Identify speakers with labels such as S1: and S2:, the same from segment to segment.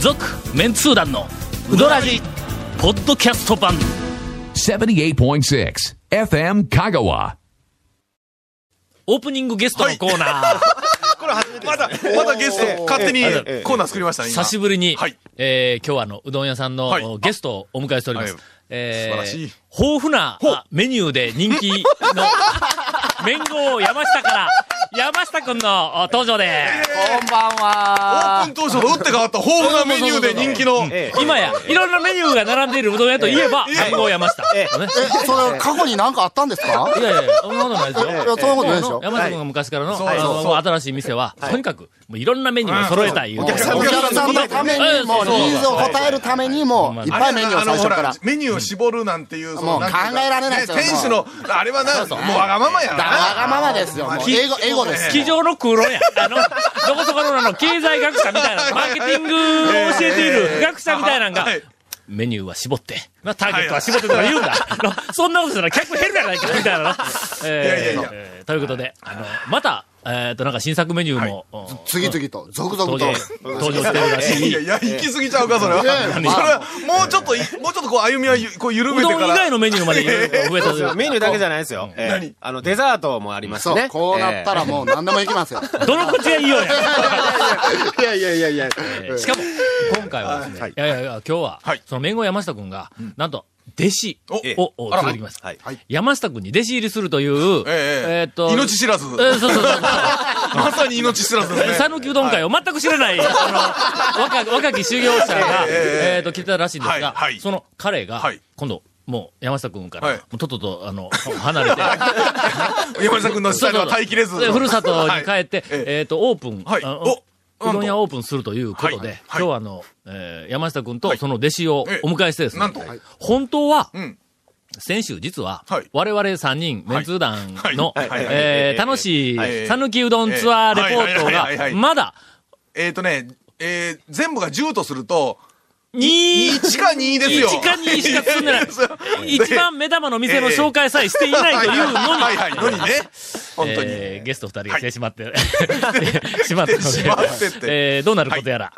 S1: 続メンツー団のウドラジポッドキャスト版
S2: 78.6 FM Kagawa.
S1: オープニングゲストのコーナー、
S3: まだ、まだゲスト、勝手にコーナー作りましたね、今
S1: 久しぶりに、
S3: はい
S1: えー今日はあのうどん屋さんの、
S3: はい
S1: おゲストをお迎えしております、
S3: はい
S1: えー
S3: 素晴らしい
S1: 豊富なあメニューで人 気の麺号山下から山下くんのお登場で
S4: こんばん
S3: オープ
S4: は
S3: ン。当初と打って変わった豊富なメニューで人気の、
S4: え
S1: す今やいろんなメニューが並んでいるうどん屋といえば麺号山下、ね
S5: え、それ過去に何かあったんですか
S1: いやいや、そんなことないですよ。
S5: いやそんなことないですよ
S1: あの山下君が昔からの、
S3: そうそう
S1: あの新しい店は、とにかく、もういろんなメニューを揃えたいう。
S3: お客さ
S5: お客さんのためにも、ニーズを応えるためにも、いっ
S3: あ
S5: ぱいメ
S3: れ
S5: ニューを
S3: あの
S5: 最
S3: ほ
S5: 初から
S3: ら。メニューを絞るなんていう、その
S5: もう
S3: なんていか
S5: 考えられないですよ
S3: ね店主の、あれはな、もうわがままや
S5: だわ
S3: な。
S5: がままですよ。もう
S3: き
S5: 英語、英語です。
S1: 机上の空論や。あの、どこそこのあの経済学者みたいな、マーケティングを教えている学者みたいなのが
S3: は、い
S1: メニューは絞って、まあ、ターゲットは絞ってとか言うんだ。あのそんなことしたら客減るやないか、みたいなの。
S3: いや
S1: え
S3: いやいや
S1: ーえーということで、あの、また、えっと、なんか新作メニューも、うん
S5: 次々と、続々
S1: 登
S5: と
S1: 場。登場してるらし
S3: い
S1: い
S3: や。いや、行き過ぎちゃうか、それは。それは、もうちょっと、もうちょっとこう、歩みはゆこう緩
S1: う
S3: めて
S1: どん
S3: か
S1: 以外
S3: ら。
S1: のメニューまでいろいろ増えたという
S4: メニューだけじゃないですよ。ええ
S3: 何
S4: あの、デザートもあります
S5: そう
S4: ね。、
S5: こうなったらもう何でもいきますよ。
S1: どの口がいいようや。
S5: いやいやいやいや。
S1: しかも、今回はですね、いやいやいや、今日は
S3: はい、
S1: その、面後山下くんが、なんと、弟子を
S3: お
S1: を
S3: あら
S1: 連れてきました
S4: はいは。
S1: 山下くんに弟子入りするという、
S3: ええええ命知らず
S1: えーそうそう そう。
S3: まさに命知らずですね。
S1: 讃岐うどん会を全く知らない、あの、若、若き修行者が、えっと、来てたらしいんですが
S3: はいは、い
S1: その彼が
S3: はい、
S1: 今度、もう、山下くんか
S3: はい
S1: ら、もうとっとと、あの、離 れて、
S3: 山下君の下では耐えきれず。
S1: でふるさとに帰って、
S3: はいええ
S1: えっと、オープン、
S3: はい
S1: あの
S3: お
S1: うどん
S3: なん
S1: 屋
S3: と
S1: オープンするということで、今
S3: はいはい
S1: 日はあの、えー山下くんと
S3: はい
S1: その弟子を
S3: ええ
S1: お迎えしてですね、
S3: なんと
S1: 本当は、
S3: うん
S1: 先週実は、
S3: はい
S1: 我々3人、メンツー団の、
S3: はいはいはい
S1: えー
S4: はい
S1: 楽し、
S3: はいい
S1: 讃岐うどんツアーレポート
S3: はいはいはいはいは
S1: が、
S3: い
S1: まだ、
S3: えっとね、えー全部が10とすると、
S1: 2、
S3: 1か2ですよ。
S1: 1か2しか 進んでない
S3: ですよ。
S1: 一番目玉の店の紹介さえしていないというのに、
S3: はいはい、のにね。本当に。
S1: えーゲスト二人が来てしまって、 しまったので
S3: 来てしまってて
S1: えーどうなることやら。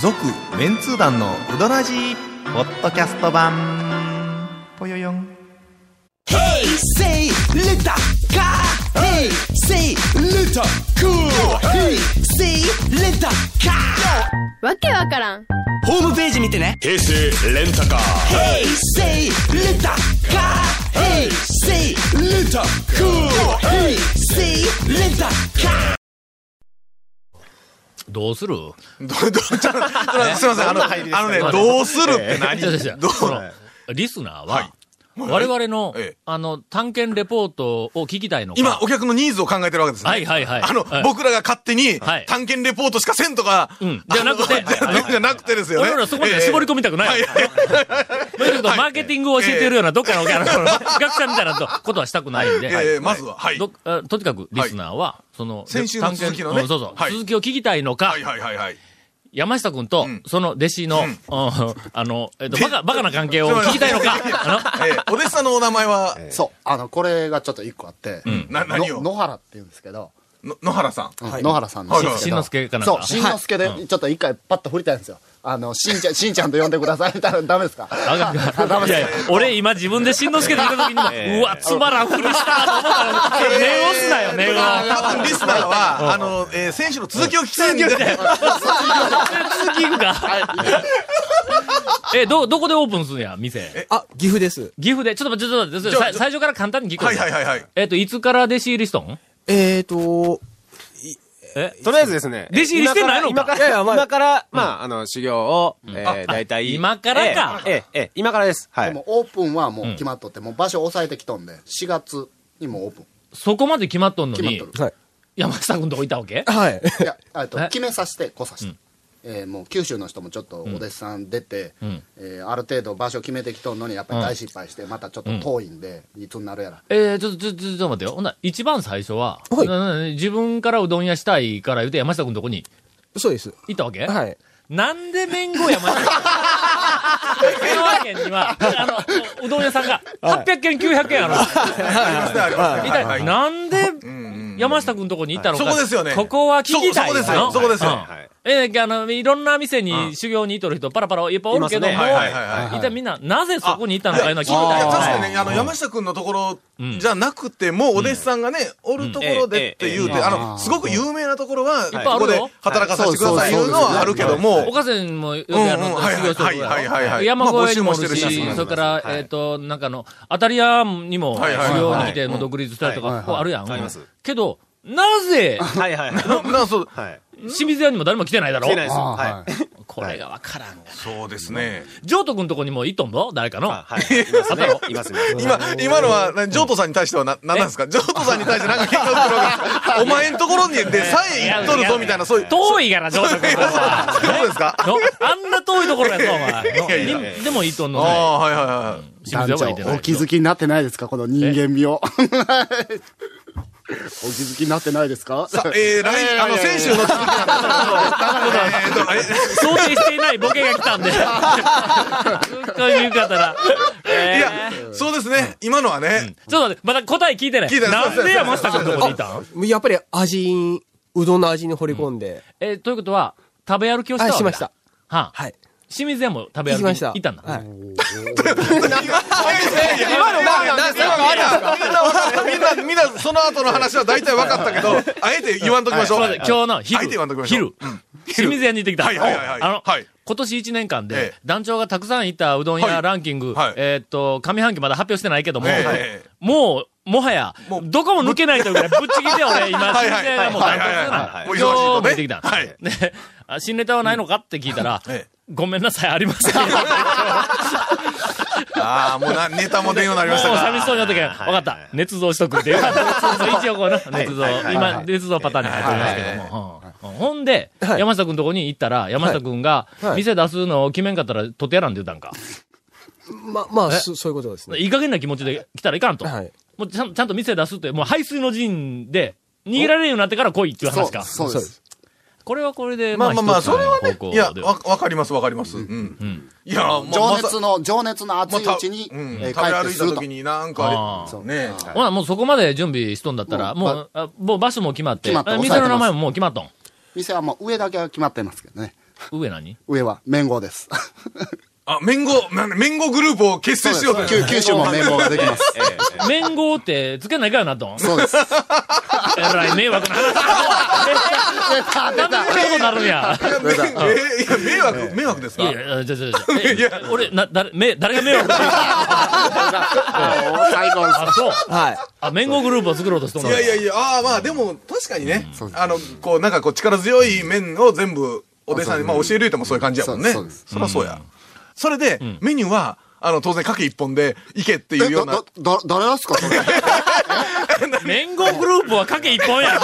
S6: 続メンツー団のウドラジーポッドキャスト版ぽよよん
S7: Say little car. Hey, say little cool. Hey, say little car.
S8: わけわからん
S7: ホームページ見てね。平成レンタカー。Hey, say little car. Hey, say little cool. Hey, say little car.
S1: どうする
S3: どどちょっとちょっとすいません、あの、あのね、どうするって何
S1: 違う違う違う
S3: どう
S1: そのリスナーは、
S3: はい
S1: 我々の、
S3: ええ
S1: あの、探検レポートを聞きたいのか。
S3: 今、お客のニーズを考えてるわけですね。
S1: はいはいはい
S3: あの
S1: はい、
S3: 僕らが勝手に
S1: はい、
S3: 探検レポートしかせんとか
S1: ん、じゃなくて
S3: あの
S1: あの
S3: じゃなくてですよね。
S1: 俺らそこまで絞り込みたくない。
S3: ええはい
S1: とにかくマーケティングを教えているような、どっかのお客さんの学者みたいなことはしたくないんで、
S3: ええええまずは、はい。
S1: どあとにかくリスナーは、その、
S3: 先週の
S1: 探検
S3: 続きのね
S1: うんそうそう、
S3: はい
S1: 続きを聞きたいのか、
S3: はいはいはいはい。
S1: 山下君と
S3: ん、
S1: その弟子の、
S3: うん
S1: うん あの、えっと、バカ、バカな関係を聞きたいの か、あ
S3: ええお弟子さんのお名前は、
S5: そう、あの、これがちょっと一個あって、
S3: な、何
S5: の
S3: を
S5: 野原って言うんですけど、
S3: の野原さん。
S5: うん野原さんなんですけど
S1: はいししんのすけかなんか
S5: そう、しんのすけで、ちょっと一回パッと振りたいんですよ。あの、しんちゃん、しんちゃんと呼んでくださいみたいな のダメです
S1: の、
S5: か
S1: あかんか。いやいや、俺今自分でしんのすけって言った時に も、うわ、つまらんふりしたと思ったら、それ念押すなよ、念を。
S3: 多分リスナーは、あの、えー選手の続きを聞きたいんで、
S1: 次行くか。え、ど、どこでオープンするんや、店。
S9: あ、岐阜です。
S1: 岐阜で、ちょっと待って、ちょっと待って
S3: じゃあ
S1: さい、最初から簡単に聞こう。
S3: はいはいはいはい。
S1: えっと、いつから弟子入りしとん
S9: えーと、
S4: とりあえずですね。
S1: 弟子入りしてないのか
S4: 今から、
S9: いやいやまあ
S4: 今から、まあ、あの、修行を、えー、大体。
S1: 今からか
S4: ええええええ、今からです。は
S5: で
S4: い
S5: も。オープンはもう決まっとって、もう場所押さえてきとんで、4月にもうオープン。
S1: そこまで決まっとんの
S5: 決まっ
S1: に
S5: と、る。
S9: はい。
S1: 山下君とこいたわけ
S9: はい。
S5: いや、えっと
S1: え
S5: 決めさせて、来させて。えーもう九州の人もちょっとお弟子さん出て、えーある程度場所決めてきとんのにやっぱり大失敗して、またちょっと遠いんで、いつになるやら
S1: えー、ちょっと、ちょっと、ちょっと待ってよ。ほんなら一番最初は、
S9: はい
S1: なな自分からうどん屋したいから言うて山下君のとこに
S9: そうです。
S1: 行ったわけ
S9: はい。
S1: なんで麺後山下君香川県には、あの、うどん屋さんが800件、900件あるの。
S3: ありました、ありました。
S1: 一
S3: はいはい
S1: 体、なんで、山下くんとこに行ったのか。
S3: そこですよね
S1: ここは聞きたいな。
S3: そそこですよそこですよ
S1: うん
S4: はい
S1: えーあの、いろんな店に修行に行っとる人、パラパラいっぱいおるけども、
S4: い
S1: 一
S4: ますねはいはい
S1: 体みんな、なぜそこに行ったのかいうのは聞き
S3: い
S1: たい
S3: や
S1: よ
S3: 確
S1: ね
S3: かにね、あの、山下くんのところじゃなくても、お弟子さんがね、おるところでって言う
S4: うん
S3: て、あの、すごく有名なところは、
S1: いっぱいあるよ
S3: ここで働かさせてくださいいうのはあるけど
S1: お
S3: も、
S1: かせんもよくやるの
S3: うんうん
S1: 修行しとるか
S3: はいはいはい
S1: ら
S3: は
S1: よ。
S3: い
S1: 山小屋にもお
S3: まあ募集もして
S1: る
S3: る
S1: し、
S3: し
S1: それから、えっと、なんかあの、当たり屋にも修
S3: はいはいはい
S1: 行に来て、もう独立したりと
S5: はいは
S1: か、
S5: い
S1: こうあるやん
S4: あります。
S1: けど、なぜ、
S4: はいはいはい。
S3: ななそう
S4: はい。
S1: 清水屋にも誰も来てないだろ
S4: 来てないですよ。
S5: あー
S4: はい。
S1: これがわからんわ。
S3: そうですね。
S1: ジョート君とこにも行っとんぞ誰かの。
S4: あはい。いますね。いますね。
S3: 今、今のは、なジョートさんに対してはな、なんなんですかジョートさんに対してなんか喧嘩売ってるわけですかお前んところにでさえ行っとるぞみたいな、そういう。
S1: 遠いから、ジョート君は。
S3: そういうことですか
S1: のあんな遠いところやぞ、お 前。
S3: いやい
S1: のでも行っとん
S3: あ
S1: のね。
S3: あ、はいはいはい。
S1: 清
S5: 団
S1: 水屋は行
S5: 長、
S1: ってない
S5: お気づきになってないですかこの人間味を。お 気づきになってないですか
S3: さ、えー、来、あの、先週の続きなんですけど、えーとえ
S1: 想定していないボケが来 たんで。ずっと言うかったら。
S3: い
S1: えー
S3: や、そうですね。今のはね、
S1: ちょっと待って、まだ答え聞いてない。
S3: 聞いてな
S1: な
S3: いそ
S1: ん
S3: うそう
S1: で
S3: そう
S1: 山下君のとこにいたん
S9: やっぱり味に、うどんの味に掘り込んで、
S1: えーということは、食べ歩きをした
S9: はい、
S1: わけ
S9: し
S1: だ
S9: ました。。
S1: はあ、
S9: はい。
S1: 清水屋も食べ
S9: 行
S1: 歩き
S9: きました。
S1: にいたんだ。
S9: はい。
S3: 今のみんな、みんな、みんな、その後の話は大体分かったけど、あえて言わんときましょう。
S1: すいません今日の
S3: あえて言わんとき
S1: 昼、
S3: ましょう
S1: 昼、 清水屋に行ってきた。
S3: はいはいはいはい
S1: あの、
S3: はい
S1: 今年1年間で
S3: ええ、
S1: 団長がたくさん行ったうどん
S3: は
S1: 屋
S3: い
S1: ランキング、
S3: はい
S1: えーっと、上半期まだ発表してないけども、
S3: ええ
S1: もう、もはや
S3: も、う
S1: どこも抜けないというぐらい、ぶっちぎって俺、今、
S3: は
S1: 清
S3: いは
S1: 水
S3: い
S1: 屋がもう断トツな
S3: はいはい
S1: の。
S3: はいもう忙しい
S1: 今
S3: と
S1: 日も行っ
S3: ね
S1: てきた。
S3: はい
S1: で、あ新ネタはないのかって聞いたら
S3: ええ、
S1: ごめんなさい、ありません。
S3: ああ、もうな、ネタも出んようになりました
S1: もう
S3: か
S1: 寂しそうになったけど、分かった。捏造しとくっていう。一応こうな、捏造。今、捏造パターンに入ってますけども。うんほんで、
S9: はい
S1: 山下くんとこに行ったら、山下くんが
S9: は、い
S1: 店出すのを決めんかったら取ってやらんって言ったんか。
S9: ま、まあ、そそういうことですね。
S1: いい加減な気持ちで来たらいかんと。
S9: はい
S1: もうちゃんちゃんと店出すって、もう排水の陣で、逃げられるようになってから来いっていう
S5: そう
S1: 話か。
S5: そうで
S9: そうですす。
S1: これはこれで、
S3: ら。まあまあまあ、
S1: 一つの
S3: それはね
S1: 方向、
S3: いや、
S1: で
S3: わ、わかりますわかります。うん。いや、もう、
S5: 情
S3: まさ
S5: 熱の、情熱の熱
S3: もう
S5: いう
S3: た
S5: うちに、
S3: うん
S5: え
S3: 食べ
S5: ー帰
S3: 歩
S5: って
S3: い
S5: す
S3: た
S5: ると
S3: 時。になんか
S1: あ
S3: あ
S5: ー
S3: れ、ね
S1: ほな、もうそこまで準備しとんだったら、
S5: うん
S1: もう、あもう場所も決まって、
S5: 決まった
S1: あ店の名前ももう決まっとん。
S5: 店はもう上だけは決まってますけどね。
S1: 上何
S5: 上は、麺号です。
S3: あ、メンゴ、なメンゴグループを結成しようと。
S5: 九九州も麺号ができます。
S1: 面号ってつけないかよなとん。
S5: そ うです。
S1: えらい迷惑な 話。
S5: 出た、出
S1: なんで
S5: た
S1: こんなことになるんや。
S3: いやめんえいや、迷惑、迷惑です
S1: い
S3: か
S1: やいや、じゃじゃじゃ。え俺、な、誰、め、誰が迷惑 だ
S5: 最高です。
S1: あ、そう。
S9: はい。
S1: あ、面号グループを作ろうとしても
S3: いやいや
S1: や。
S3: いや、ああ、まあでも、確かにね、あの、こう、なんかこう、力強い面を全部、お弟子さんに、まあ教える言うてもそういう感じやもんね。
S5: そ
S3: そう
S5: です
S3: りゃそうや。それで、メニューは、あの、当然、牡蠣一本で、いけっていう
S5: え、
S3: よ
S5: ど、
S3: うな
S5: ど、、ど、誰ですかそれ。
S1: 面号グループは賭け一本やろ。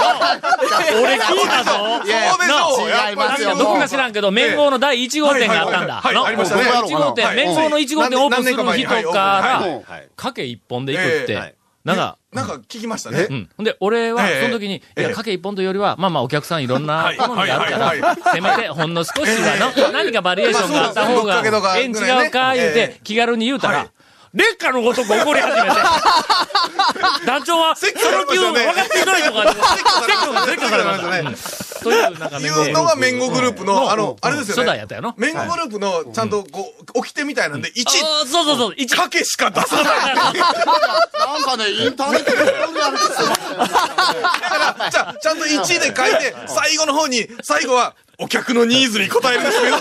S1: 俺聞いたぞ。
S5: いやいや
S3: そうでしょう
S5: な
S3: やっぱり
S5: 違います
S1: な
S5: よ
S1: んかどこか知らんけど、面号の第1号店があったんだ。
S3: はいはいはいはいありましたね
S1: 1号店、
S3: はい
S1: 面号の1号店オープンする日と
S3: は
S1: か
S5: い
S1: ら、賭け一本で行くっ
S3: え
S4: えは
S1: て
S4: い、
S1: なんか、
S3: なんか聞きましたね
S1: う。ん。ほんで、俺は、
S3: ええ
S1: その時に、い
S3: え
S1: や、
S3: え
S1: かけ一本というよりは、まあまあ、お客さんいろんな
S3: はい
S1: 好みがある
S3: はい
S1: か
S3: は
S1: ら、せめて、ほんの少しはの、何かバリエーションがあった方
S3: まあそうですねぶっかけと
S1: が、
S3: か
S1: ええん違うか、
S3: ぐら
S1: 言
S3: いうね
S1: て、気軽に言うた
S3: は
S1: ら
S3: い、
S1: 劣化のごとく怒り始め て。団長は、その
S3: 説教されま
S1: 気分
S3: したよね
S1: 分かっていないとか、説教が説教されま
S3: 説教されま
S1: した。うんという、なんかね、
S3: いうのがメンゴグループの、あの、あれですよね。
S1: 初代やったよな
S3: メンゴグループの、ちゃんと、こう、掟みたいなんで、1、
S1: あーそうそうそう、一
S3: かけしか出さない。
S5: なんかね、インターネットでいろいろあるんですよ。
S3: だ から、じゃあ、ちゃんと1位で書いて、最後の方に、最後は、お客のニーズに応えるんで すけど、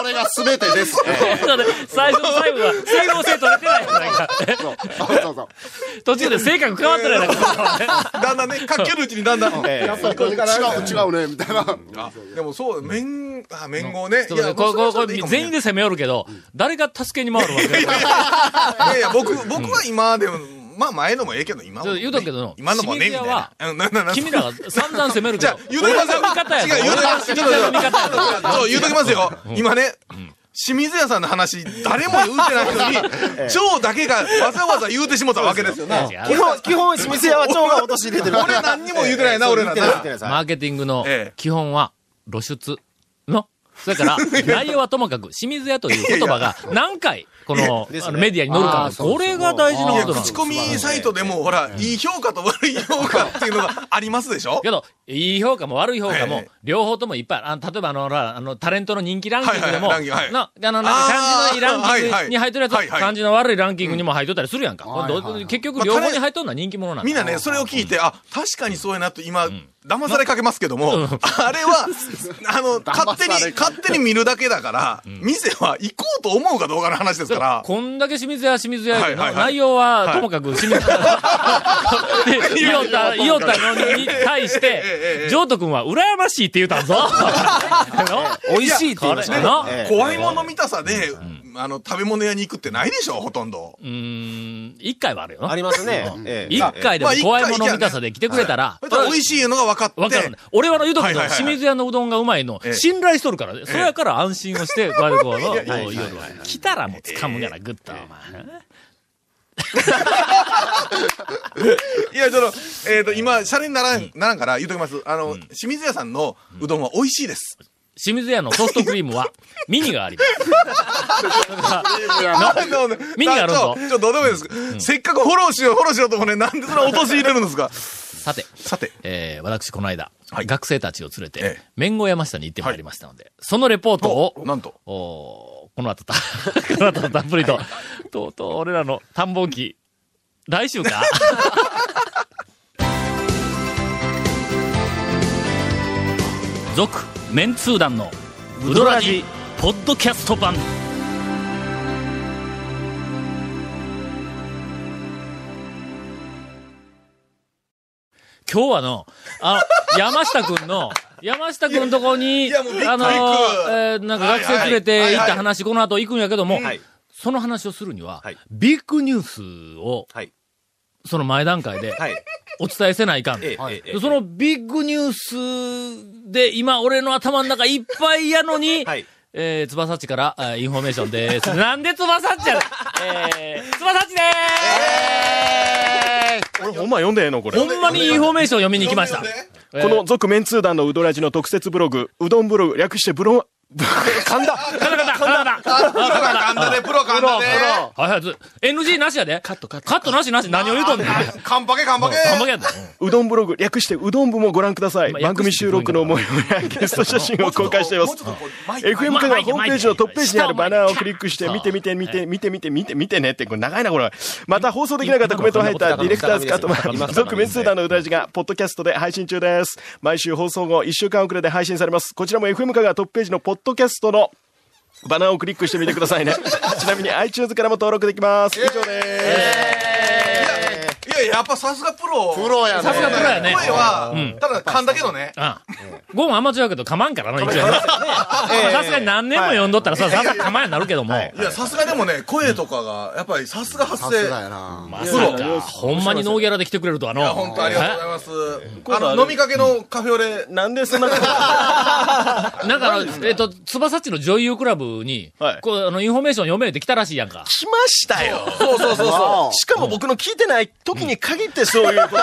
S5: これが全てです。
S1: そうだね最初と最後が、整合性取れてないじゃないか。
S5: そうそうそうそう。
S1: 途中で性格変わってないなんか。
S3: だんだんね、かけるうちにだんだん。
S5: やっぱりこれ違う、違うね、みたいな。
S3: あでもそう、面、あ、面号ね。
S1: そうだねこうこうこう全員
S3: で。
S1: で攻めおるけど、誰が助けに回るわけ
S3: いやいや、僕、僕は今でも、まあ前のもええけど、今もね。
S1: 言うとくけどな
S3: 今のもね、
S1: 清
S3: みた
S1: 水
S3: い
S1: 屋は
S3: な。うんななな
S1: 君らが散々攻めるけ
S3: じゃ
S1: ど
S3: あ、、言うと
S1: 俺
S3: き
S1: が
S3: ま
S1: 味
S3: すよ。
S1: 方やぞ
S3: 違う、言うときま
S1: 俺
S3: す。
S1: が味方やぞ
S3: そう、言うときますよ。今ね、清水屋さんの話、誰も言うてな いのに、蝶だけがわざわざ言うてしもたわけですよな。
S1: 違う
S4: 基本、基本、店屋は蝶が落とし入れてる。
S3: 俺何にも言うてないな、俺ら
S4: 言ってない言っ
S3: な
S4: て。ないです。
S1: マーケティングの
S3: ええ
S1: 基本は露出のそれ から、内容はともかく、清水屋という言葉が何回、この、あのメディアに載る
S5: あ
S1: か
S5: ー、そうそう
S1: これが大事なこ
S3: いや、
S1: となんです
S3: 口コミサイトでも、ほら、いい評価と悪い評価っていうのがありますでしょ
S1: けど、いい評価も悪い評価
S3: は
S1: も
S3: い、
S1: 両方ともいっぱいある。あの例えば、あの、ほらあの、タレントの人気ランキングでも、
S3: はいはいはいランキン
S1: な、
S3: グ
S1: あの、なんか
S3: あー
S1: 感じのいいランキン
S3: はい
S1: グ
S3: はい
S1: に入っとるやつ、
S3: はいはい
S1: 感じの悪いランキングにも入っとったりするやんか。
S5: うん
S1: ど
S5: はいはいはい
S1: 結局、両方に入っとるのは人気者なんだ。
S3: みんなね、それを聞いて、あ、確かにそうやなと今、騙されかけますけども、あれは、あの、勝手
S5: 騙され
S3: に、勝手に見るだけだから、店は行こうと思うかどうかの話で すから、
S1: こんだけ清水屋、清水屋やけど、
S3: はいはいはい
S1: 内容はともかく清 水屋。で、イオタ、イオタのに対し
S3: えええ
S1: て、
S3: え
S1: ジョート君は羨ましいって言うた んぞ。
S4: 美味しいって言いましたね
S1: いやこれ
S4: ええ
S3: 怖いもの見たさで、あの、食べ物屋に行くってないでしょ、ほとんど。
S1: うーん、一回はあるよ
S4: あ
S1: な。
S4: りますね。ええ
S1: 一回でも
S3: まあ一回
S1: 怖いもの見たさで来てくれたら、
S3: そしたら美味しいのが分かって、
S1: わかるんだ。俺はの言うとくけど
S3: はいはいはい
S1: 清水屋のうどんがうまいの
S3: え、え
S1: 信頼しとるからね、それやから安心をして、ワルコーの、もう
S3: いや
S1: 夜は。来たらもう掴むから、ぐっと、お前。
S3: いや、その、えっ、と、今、シャレにならん、ならんから言うときます。あの、清水屋さんのうどんは美味しいです。
S1: 清水屋のソフトクリーム は、ミニがあります。
S3: あのね
S1: ミニがある
S3: ち
S1: ぞ
S3: ょちょっとどうでもいいです、せっかくフォローしよう、フォローしようともね、なんでそんな落とし入れるんですか
S1: さて、
S3: さて。
S1: えー私この間、
S3: はい
S1: 学生たちを連れて、
S3: ええ
S1: 面後山下に行ってまいりましたので、そのレポートを、
S3: おなんと
S1: おーこの後た、 この後たっぷりと、とうとう俺らの探訪記、来週か 続、メンツー団の、ウドラジ、ポッドキャスト版。今日はの、あの、山下くんの、山下くんとこに、
S3: いやもうびっくり
S1: あの、えーなんか学生連れて行っ
S3: はい
S1: た
S3: はいはい
S1: 話、この後行くんやけども、
S4: はい
S1: その話をするには、
S4: はい
S1: ビッグニュースを、
S4: はい
S1: その前段階で
S4: はい。
S1: お伝えせないかん。
S4: ええええ
S1: でそのビッグニュースで、今俺の頭の中いっぱいやのに、
S4: はい
S1: えー、翼っちから、えーインフォメーションです。 なんで翼っちやねん えー、翼っちで
S8: 俺ほんま読んでええのこ
S1: ーす、ほんまにインフォメーション読みに来ました。えー
S8: この続メンツー団のうどラジの特設ブログ、うどんブログ、略してブロン、噛んだ
S1: カタカタ、カタカタ。
S3: プロ噛んだで、プロ噛んだで。
S1: はいはいず、NG なしやで。カット、カット。カットなしなし。何を言うとんねん。頑
S3: カンパケ、カンパケ。
S1: 張けやで。
S8: うどんブログ、略してうどん部もご覧ください。
S1: まあ
S8: 番組収録の模様やゲスト写真を公開していま
S3: もう
S8: す
S3: ちょ。っとこう前
S8: FM カがホームページのトップページにあるバナーをクリックして、
S1: 下を
S8: 見
S1: 前
S8: て
S1: に
S8: 見て見て見て見て見て見てねって、これ長いなこれ。また放送できなかったコメントが入ったディレクターズカットマン、続メンツー団のうどラジが、ポッドキャストで配信中です。毎週放送後、1週間遅れで配信されます。こちらも FM カがトップページのポッドキャストのバナーをクリックしてみてくださいね。ちなみに iTunes からも登録できます。以上
S3: いやいや、やっぱさすがプロ。
S5: プロやね
S1: さすがプロやね。
S3: 声は、ただ噛んだけどね。
S1: ああ。ゴンアマチュアやけど、かまんからな、一応。さすがに何年も読んどったらさ、さすがかまんやなるけども。
S3: いや、さすがでもね、声とかが、やっぱりさすが発
S5: さ
S3: 声。
S5: す
S3: い
S5: が
S3: や、
S5: やな。
S1: まさか、ほんまにノーギャラで来てくれるとはの。
S3: 本当ありがとうございます。あ
S8: あ
S3: の、
S8: の
S3: 飲みかけのカフェオレ、
S8: なんでそんなこと
S1: なんかあの、えっと、翼っちの女優クラブに
S8: はい、
S1: こう、あの、インフォメーション読めって来たらしいやん か。
S8: 来ましたよ。そうそうそうそう。しかも僕の聞いてない時に限ってそういうことで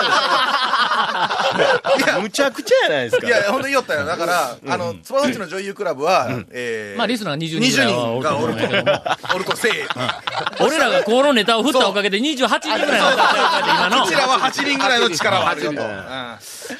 S8: す。むちゃくちゃやないですか
S3: い。や、本当に言おったよ。だから、あの、つばさちの女優クラブは、えー
S1: まあリスナー20人人
S3: 20人
S1: ぐらい
S3: が
S1: は
S3: お
S1: おる
S3: る
S1: と
S3: と
S1: 思うんやけども、
S3: おるとせい。
S1: 俺らがこのネタを振ったおかげで28人ぐらいの方が今
S3: こ
S1: の
S3: ち。らは8人ぐらいの力はあるよと。うん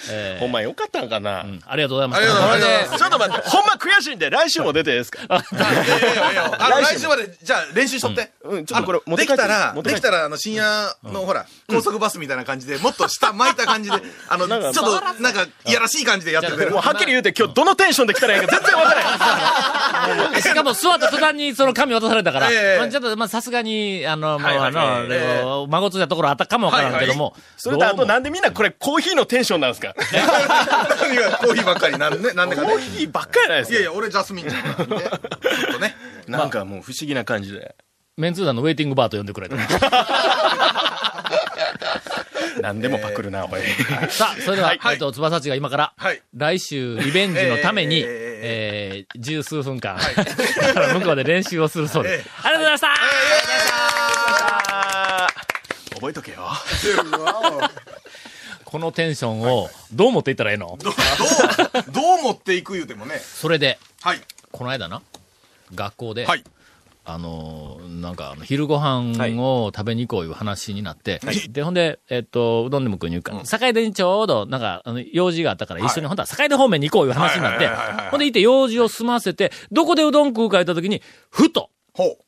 S1: え
S8: ほんまよかったんかな。
S1: ーありがとうございま
S3: ありがとうございます。
S8: ちょっと待って、ほんま悔しいんで、来週も出ていいですか
S3: いやいやいやいやあの来週まで、じゃあ練習しとって。
S8: うん、ちょっとこれ持っ
S3: で
S8: て
S3: き
S8: 帰って
S3: たら、
S8: 持って
S3: で
S8: 帰っ
S3: き
S8: て
S3: たら、あの、深夜の、ほら、高速バスみたいな感じで、もっと下巻い た感じで、あの、ちょっと、なんか、いやらしい感じでやってくれる
S8: もう。はっきり言うて、今日どのテンションで来たらいいか全然わからな い。
S1: しかも座った途端にその紙渡されたから、
S3: ええ
S1: まあ、ちょっと、まあ、さすがに、あの、もう、
S3: はいは
S1: あ
S3: いはい
S1: の、
S3: ええ
S1: 孫ついたところあったかもわからんけども、
S8: それとあ
S1: ど
S8: と、
S1: うも
S8: なんでみんなこれコーヒーのテンションなんです かコ
S3: 何がコーヒーばっかりなんで、なんでかね
S8: ー。ヒーばっかりやないで
S3: い
S8: す
S3: や
S8: か
S3: いや、俺ジャスミンちゃんだからね。ちょっとね。
S8: なんかもう不思議な感じ で。
S1: メンツー団のウェイティングバーと呼んでくれた。
S8: なんでもパクるな、おい。
S1: さあ、それでは、
S8: は
S1: え
S8: い
S1: っ、と、翼たちが今から、
S3: はい
S1: 来週、リベンジのために、え
S3: ええ
S1: ー十数分間、向こうで練習をするそうです。ありがとうございました、
S8: 覚えとけよ。
S1: このテンションを、どう持っていったらええの
S3: どう、どう持っていく言うてもね。
S1: それで、
S3: はい。
S1: ここの間な、学校で、
S3: はい
S1: あのー、なんか、あの昼ご飯を食べに行こういう話になって、で、ほんで、えっと、うどんでも食いに行くから、坂出にちょうど、なんか、あの、用事があったから、一緒に、ほんとは坂出方面に行こういう話になって
S3: はいはいはいはいは、い
S1: ほんで行って用事を済ませて、どこでうどん食うか言った時に、ふと、
S3: ほう。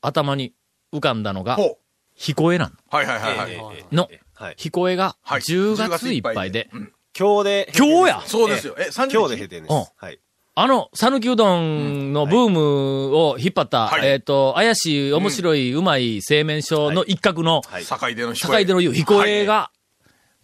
S1: 頭に浮かんだのが、
S3: ほ
S1: 彦絵なん
S3: う。はいはいはいはい。
S1: の
S4: はい、
S1: 彦絵が
S3: はい
S1: 10月いっぱいで、
S4: 今日で、
S1: 今日や
S3: そうですよ。え、30日
S4: 今日で閉店で
S1: うん
S4: す。はい。
S1: あの、讃岐うどんのブームを引っ張った、
S3: はい
S1: えっ、と、怪しい、面白い、うまい製麺所の一角の、
S4: はい
S3: 境出の彦
S1: 境出の湯、彦栄が、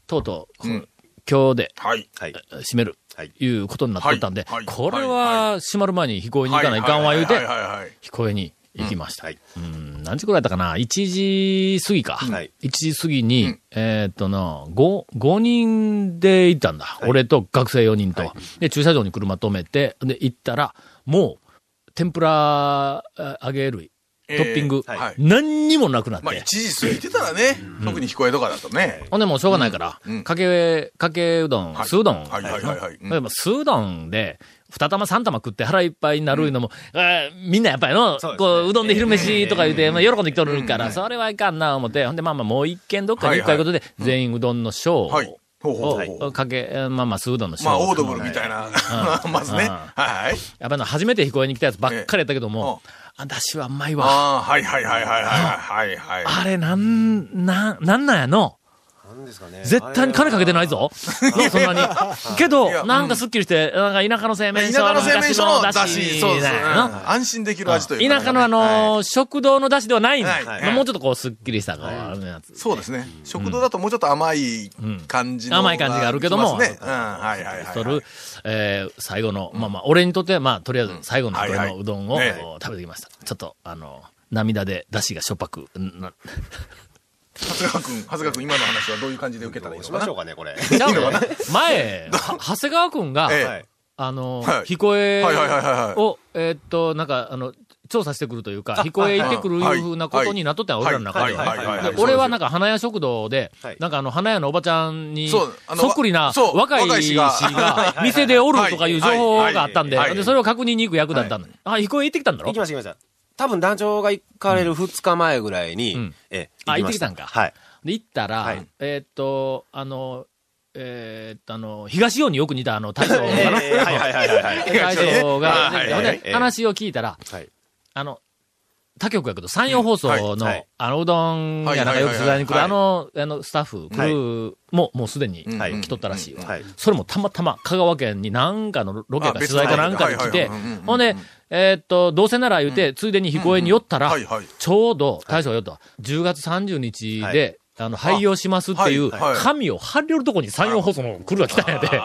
S1: とうとう、
S3: うん
S1: 今日で
S3: はい。
S4: はい。
S1: 閉める、
S4: はい
S1: いうことになってたんで、
S3: はいはい
S1: これ
S3: は
S1: は閉まる前に彦栄に行かないかんわ言う
S3: はい
S1: て
S3: は、いはいはい。
S1: 彦栄に行きました。
S4: はい。
S1: うん何時くらいだったかな ?1 時過ぎか。
S4: はい
S1: 1時過ぎに、
S3: うん
S1: えーっとな、5、5人で行ったんだ。俺と学生4人と、で、駐車場に車止めて、で、行ったら、もう、天ぷらえ揚げ類、ト
S3: えー
S1: ッピング、
S3: はい
S1: 何にもなくなって。
S3: まあ、一時過ぎてたらね、特に彦江とかだとね。
S1: ほんでもうしょうがないから、
S3: うんうん
S1: かけ、かけうどん、
S3: はい
S1: 酢うどん。
S3: はいはいはいはいうん
S1: 例えば酢うどんで、二玉三玉食って腹いっぱいになるのも、あーみんなやっぱりの、
S4: そうですね
S1: こう、うどんで昼飯とか言うて、まあ、喜んできとるから、それはいかんな思って、ほんでまあまあもう一軒どっかに行くということで、全員うどんの小を、
S3: はい。ほうほうほうほ
S1: を
S3: う。
S1: かけ、まあまあ酢うどんの小。
S3: まあ、オードブルみたいな、 まず
S1: う
S3: ね。
S1: ん
S3: はい。
S1: やっぱり初めて彦根に来たやつばっかりやったけども
S3: え、
S1: 私はうまいわ。
S3: ああ、はいはいはいはいはいはいはい。
S1: あれ、なん、なん、なんなんやの
S4: なんですかね。
S1: 絶対に金かけてないぞ。そんな に。け
S3: い
S1: ど、
S3: や
S1: なんかスッキリして、なんか田舎の製麺
S3: 田
S1: 所
S3: 舎の製麺所の出
S1: 昔
S3: 汁、そうですね
S1: だよ。
S3: 安心できる
S1: な
S3: 味というか
S1: 田舎のあのー、食堂の出汁ではないんだ
S3: はいはい
S1: もうちょっとこうスッキリした、こう、あのやつ。
S3: そうですね。食堂だともうちょっと甘い感じの、
S1: うん甘い感じがあるけども
S3: きますね。うん、はいはいはい。
S1: とる、えー最後の、まあまあ、俺にとっては、まあ、とりあえず最後の
S3: うん
S1: これ
S3: はいは
S1: の
S3: いう
S1: どんを
S3: ね
S1: こう食べてきました。ちょっと、あの、涙で出汁がしょっぱく、ん な
S3: 長谷川君、長谷川君、今の話はどういう感じで受けたらいいの
S4: し
S3: か
S4: ま
S3: な
S4: しょうかね、これ。
S1: ちゃうの前、長谷川くんが、
S3: ええ
S4: はい。
S1: あの、
S3: はい
S1: 彦江
S3: はいはいはいはいはい
S1: を、えーっと、なんか、あの、調査してくるというか、彦江行ってくるいうふうなことになっとったんや、
S3: は
S1: 俺
S3: い
S1: らの中で
S3: はいはいはいはい
S1: は。
S3: はい
S1: で俺はなんか、花屋食堂で
S4: はい、
S1: なんかあの、花屋のおばちゃんに、そ
S3: そうあの
S1: っくりな
S3: そ、う
S1: 若
S3: 若
S1: い
S3: い
S1: 氏
S3: 氏が
S1: が、店でおるとかいう情報があったんで
S3: はいはいはいは、い
S1: でそれを確認に行く役だったのに。あ、彦江行ってきたんだろ
S4: 行きました、行きました。多分団長が行かれる2日前ぐらいに、
S1: うん
S4: え
S1: あ
S4: ました
S1: 行ってきたんか
S4: はい。
S1: で、行ったら
S4: はい、
S1: えーっと、あの、えーっと、あの、東洋によく似たあの、大将か
S4: えー
S1: な。
S4: はいはいはいはいは
S1: 大
S4: い。
S1: 将が、
S4: あはい
S1: でほん
S4: はい
S1: で、話を聞いたら、
S4: はい
S1: あの、他局やけど、山陽放送の、
S4: うんはいはい
S1: あの、うどんやなんかよく取材に来る、
S3: はい
S1: あの、あの、スタッフ、クルーも、もうすでに
S3: はい
S1: 来とったらしいわ。
S4: はい。
S1: それもたまたま香川県に何かのロケ
S3: あ
S1: か取
S3: 別
S1: 材かなんかで
S3: は
S1: 来
S3: いはいはい
S1: て
S3: はいうんうんうん、
S1: ほんで、えーっと、どうせなら言うて、ついでに彦根に寄ったら
S3: はいはい、
S1: ちょうど、大将よと、10月30日
S4: は
S1: で
S4: い、
S1: あの、廃業しますっていう、
S3: はいはい
S1: 紙を貼り寄るとこに山陽放送の来るが来たんやで。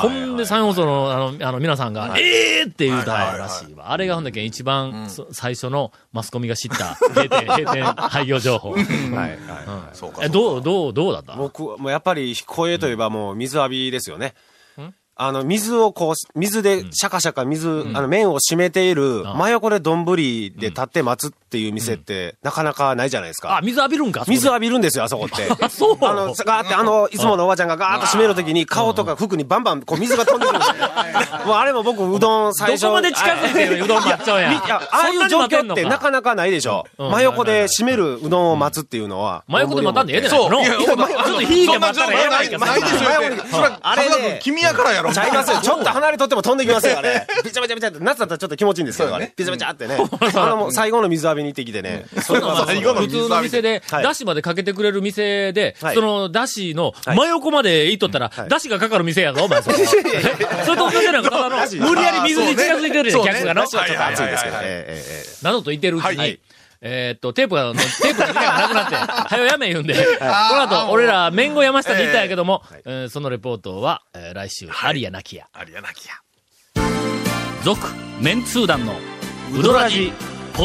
S1: ほんで山陽放送の、あの、あの、皆さんが、ええーって言うたらしいわ。あれがほんだけん一番そ最初のマスコミが知った閉店、閉店廃業情報。
S4: はい。
S3: そうか。
S1: え、
S3: そうか
S1: どう、どう、どうだった
S4: 僕、もうやっぱり、声といえばもう水浴びですよね。あの、水をこう、水でシャカシャカ水、あの、麺を締めている、
S1: あ
S4: 真横で丼で立って待つっていう店って、なかなかないじゃないですか。
S1: あ、水浴びるんか浴
S4: 水浴びるんですよ、あそこ って。
S1: あそう
S4: あの、ガーって、あの、いつものおばちゃんがガーッと閉めるときに、顔とか服にバンバン、こう、水が飛んでくるんですよ。もう、あれも僕、うどん最初。
S1: どこまで近づいてるうどん待っちゃうやん
S4: いやああいう状況ってなかなかないでしょ。
S1: うん
S4: 真横で閉めるうどんを待つっていうのは。
S1: 真横で待たんでええでない
S3: そ
S1: の
S3: う。いや、
S1: ちょっと引いて待ったらええやない
S3: そ
S1: か、
S3: んな情報ないないですよね。それは、
S4: あ
S3: 長
S4: れね
S3: 谷川君、君やからやろ。
S4: ちゃいますよ。ちょっと離れとっても飛んできますよ、あれ。びちゃびちゃびちゃって、夏だったらちょっと気持ちいいんですけど、あれ。びちゃびちゃってね。あの、もう最後の水浴びに行ってきてね。
S1: そんなまあ
S3: 最後
S1: 普
S3: の水
S1: 通
S3: 浴び
S1: の店で、
S4: はい
S1: だしまでかけてくれる店で、
S4: はい
S1: そのだしの
S4: い
S1: 真横まで行っとったら、
S4: い
S1: だしがかかる店やぞ、お前それ。 それと同じなんか、ただの、無理やり水に近づいてるやん、
S3: そうね
S1: 客がの。
S3: そうね
S4: ちょっと暑いですけどね。
S3: はいはいはいはい
S4: ええええええ
S1: などと言ってるうちに、
S4: はい
S1: えーっと、テープが、テープの時間がなく なって、はよやめ言うんで、この後、俺ら、面後山下で行ったんやけども、えーそのレポートは、えー来週、ありやなきや。
S3: ありやなきや。
S10: 続メンツー団のウドラジポ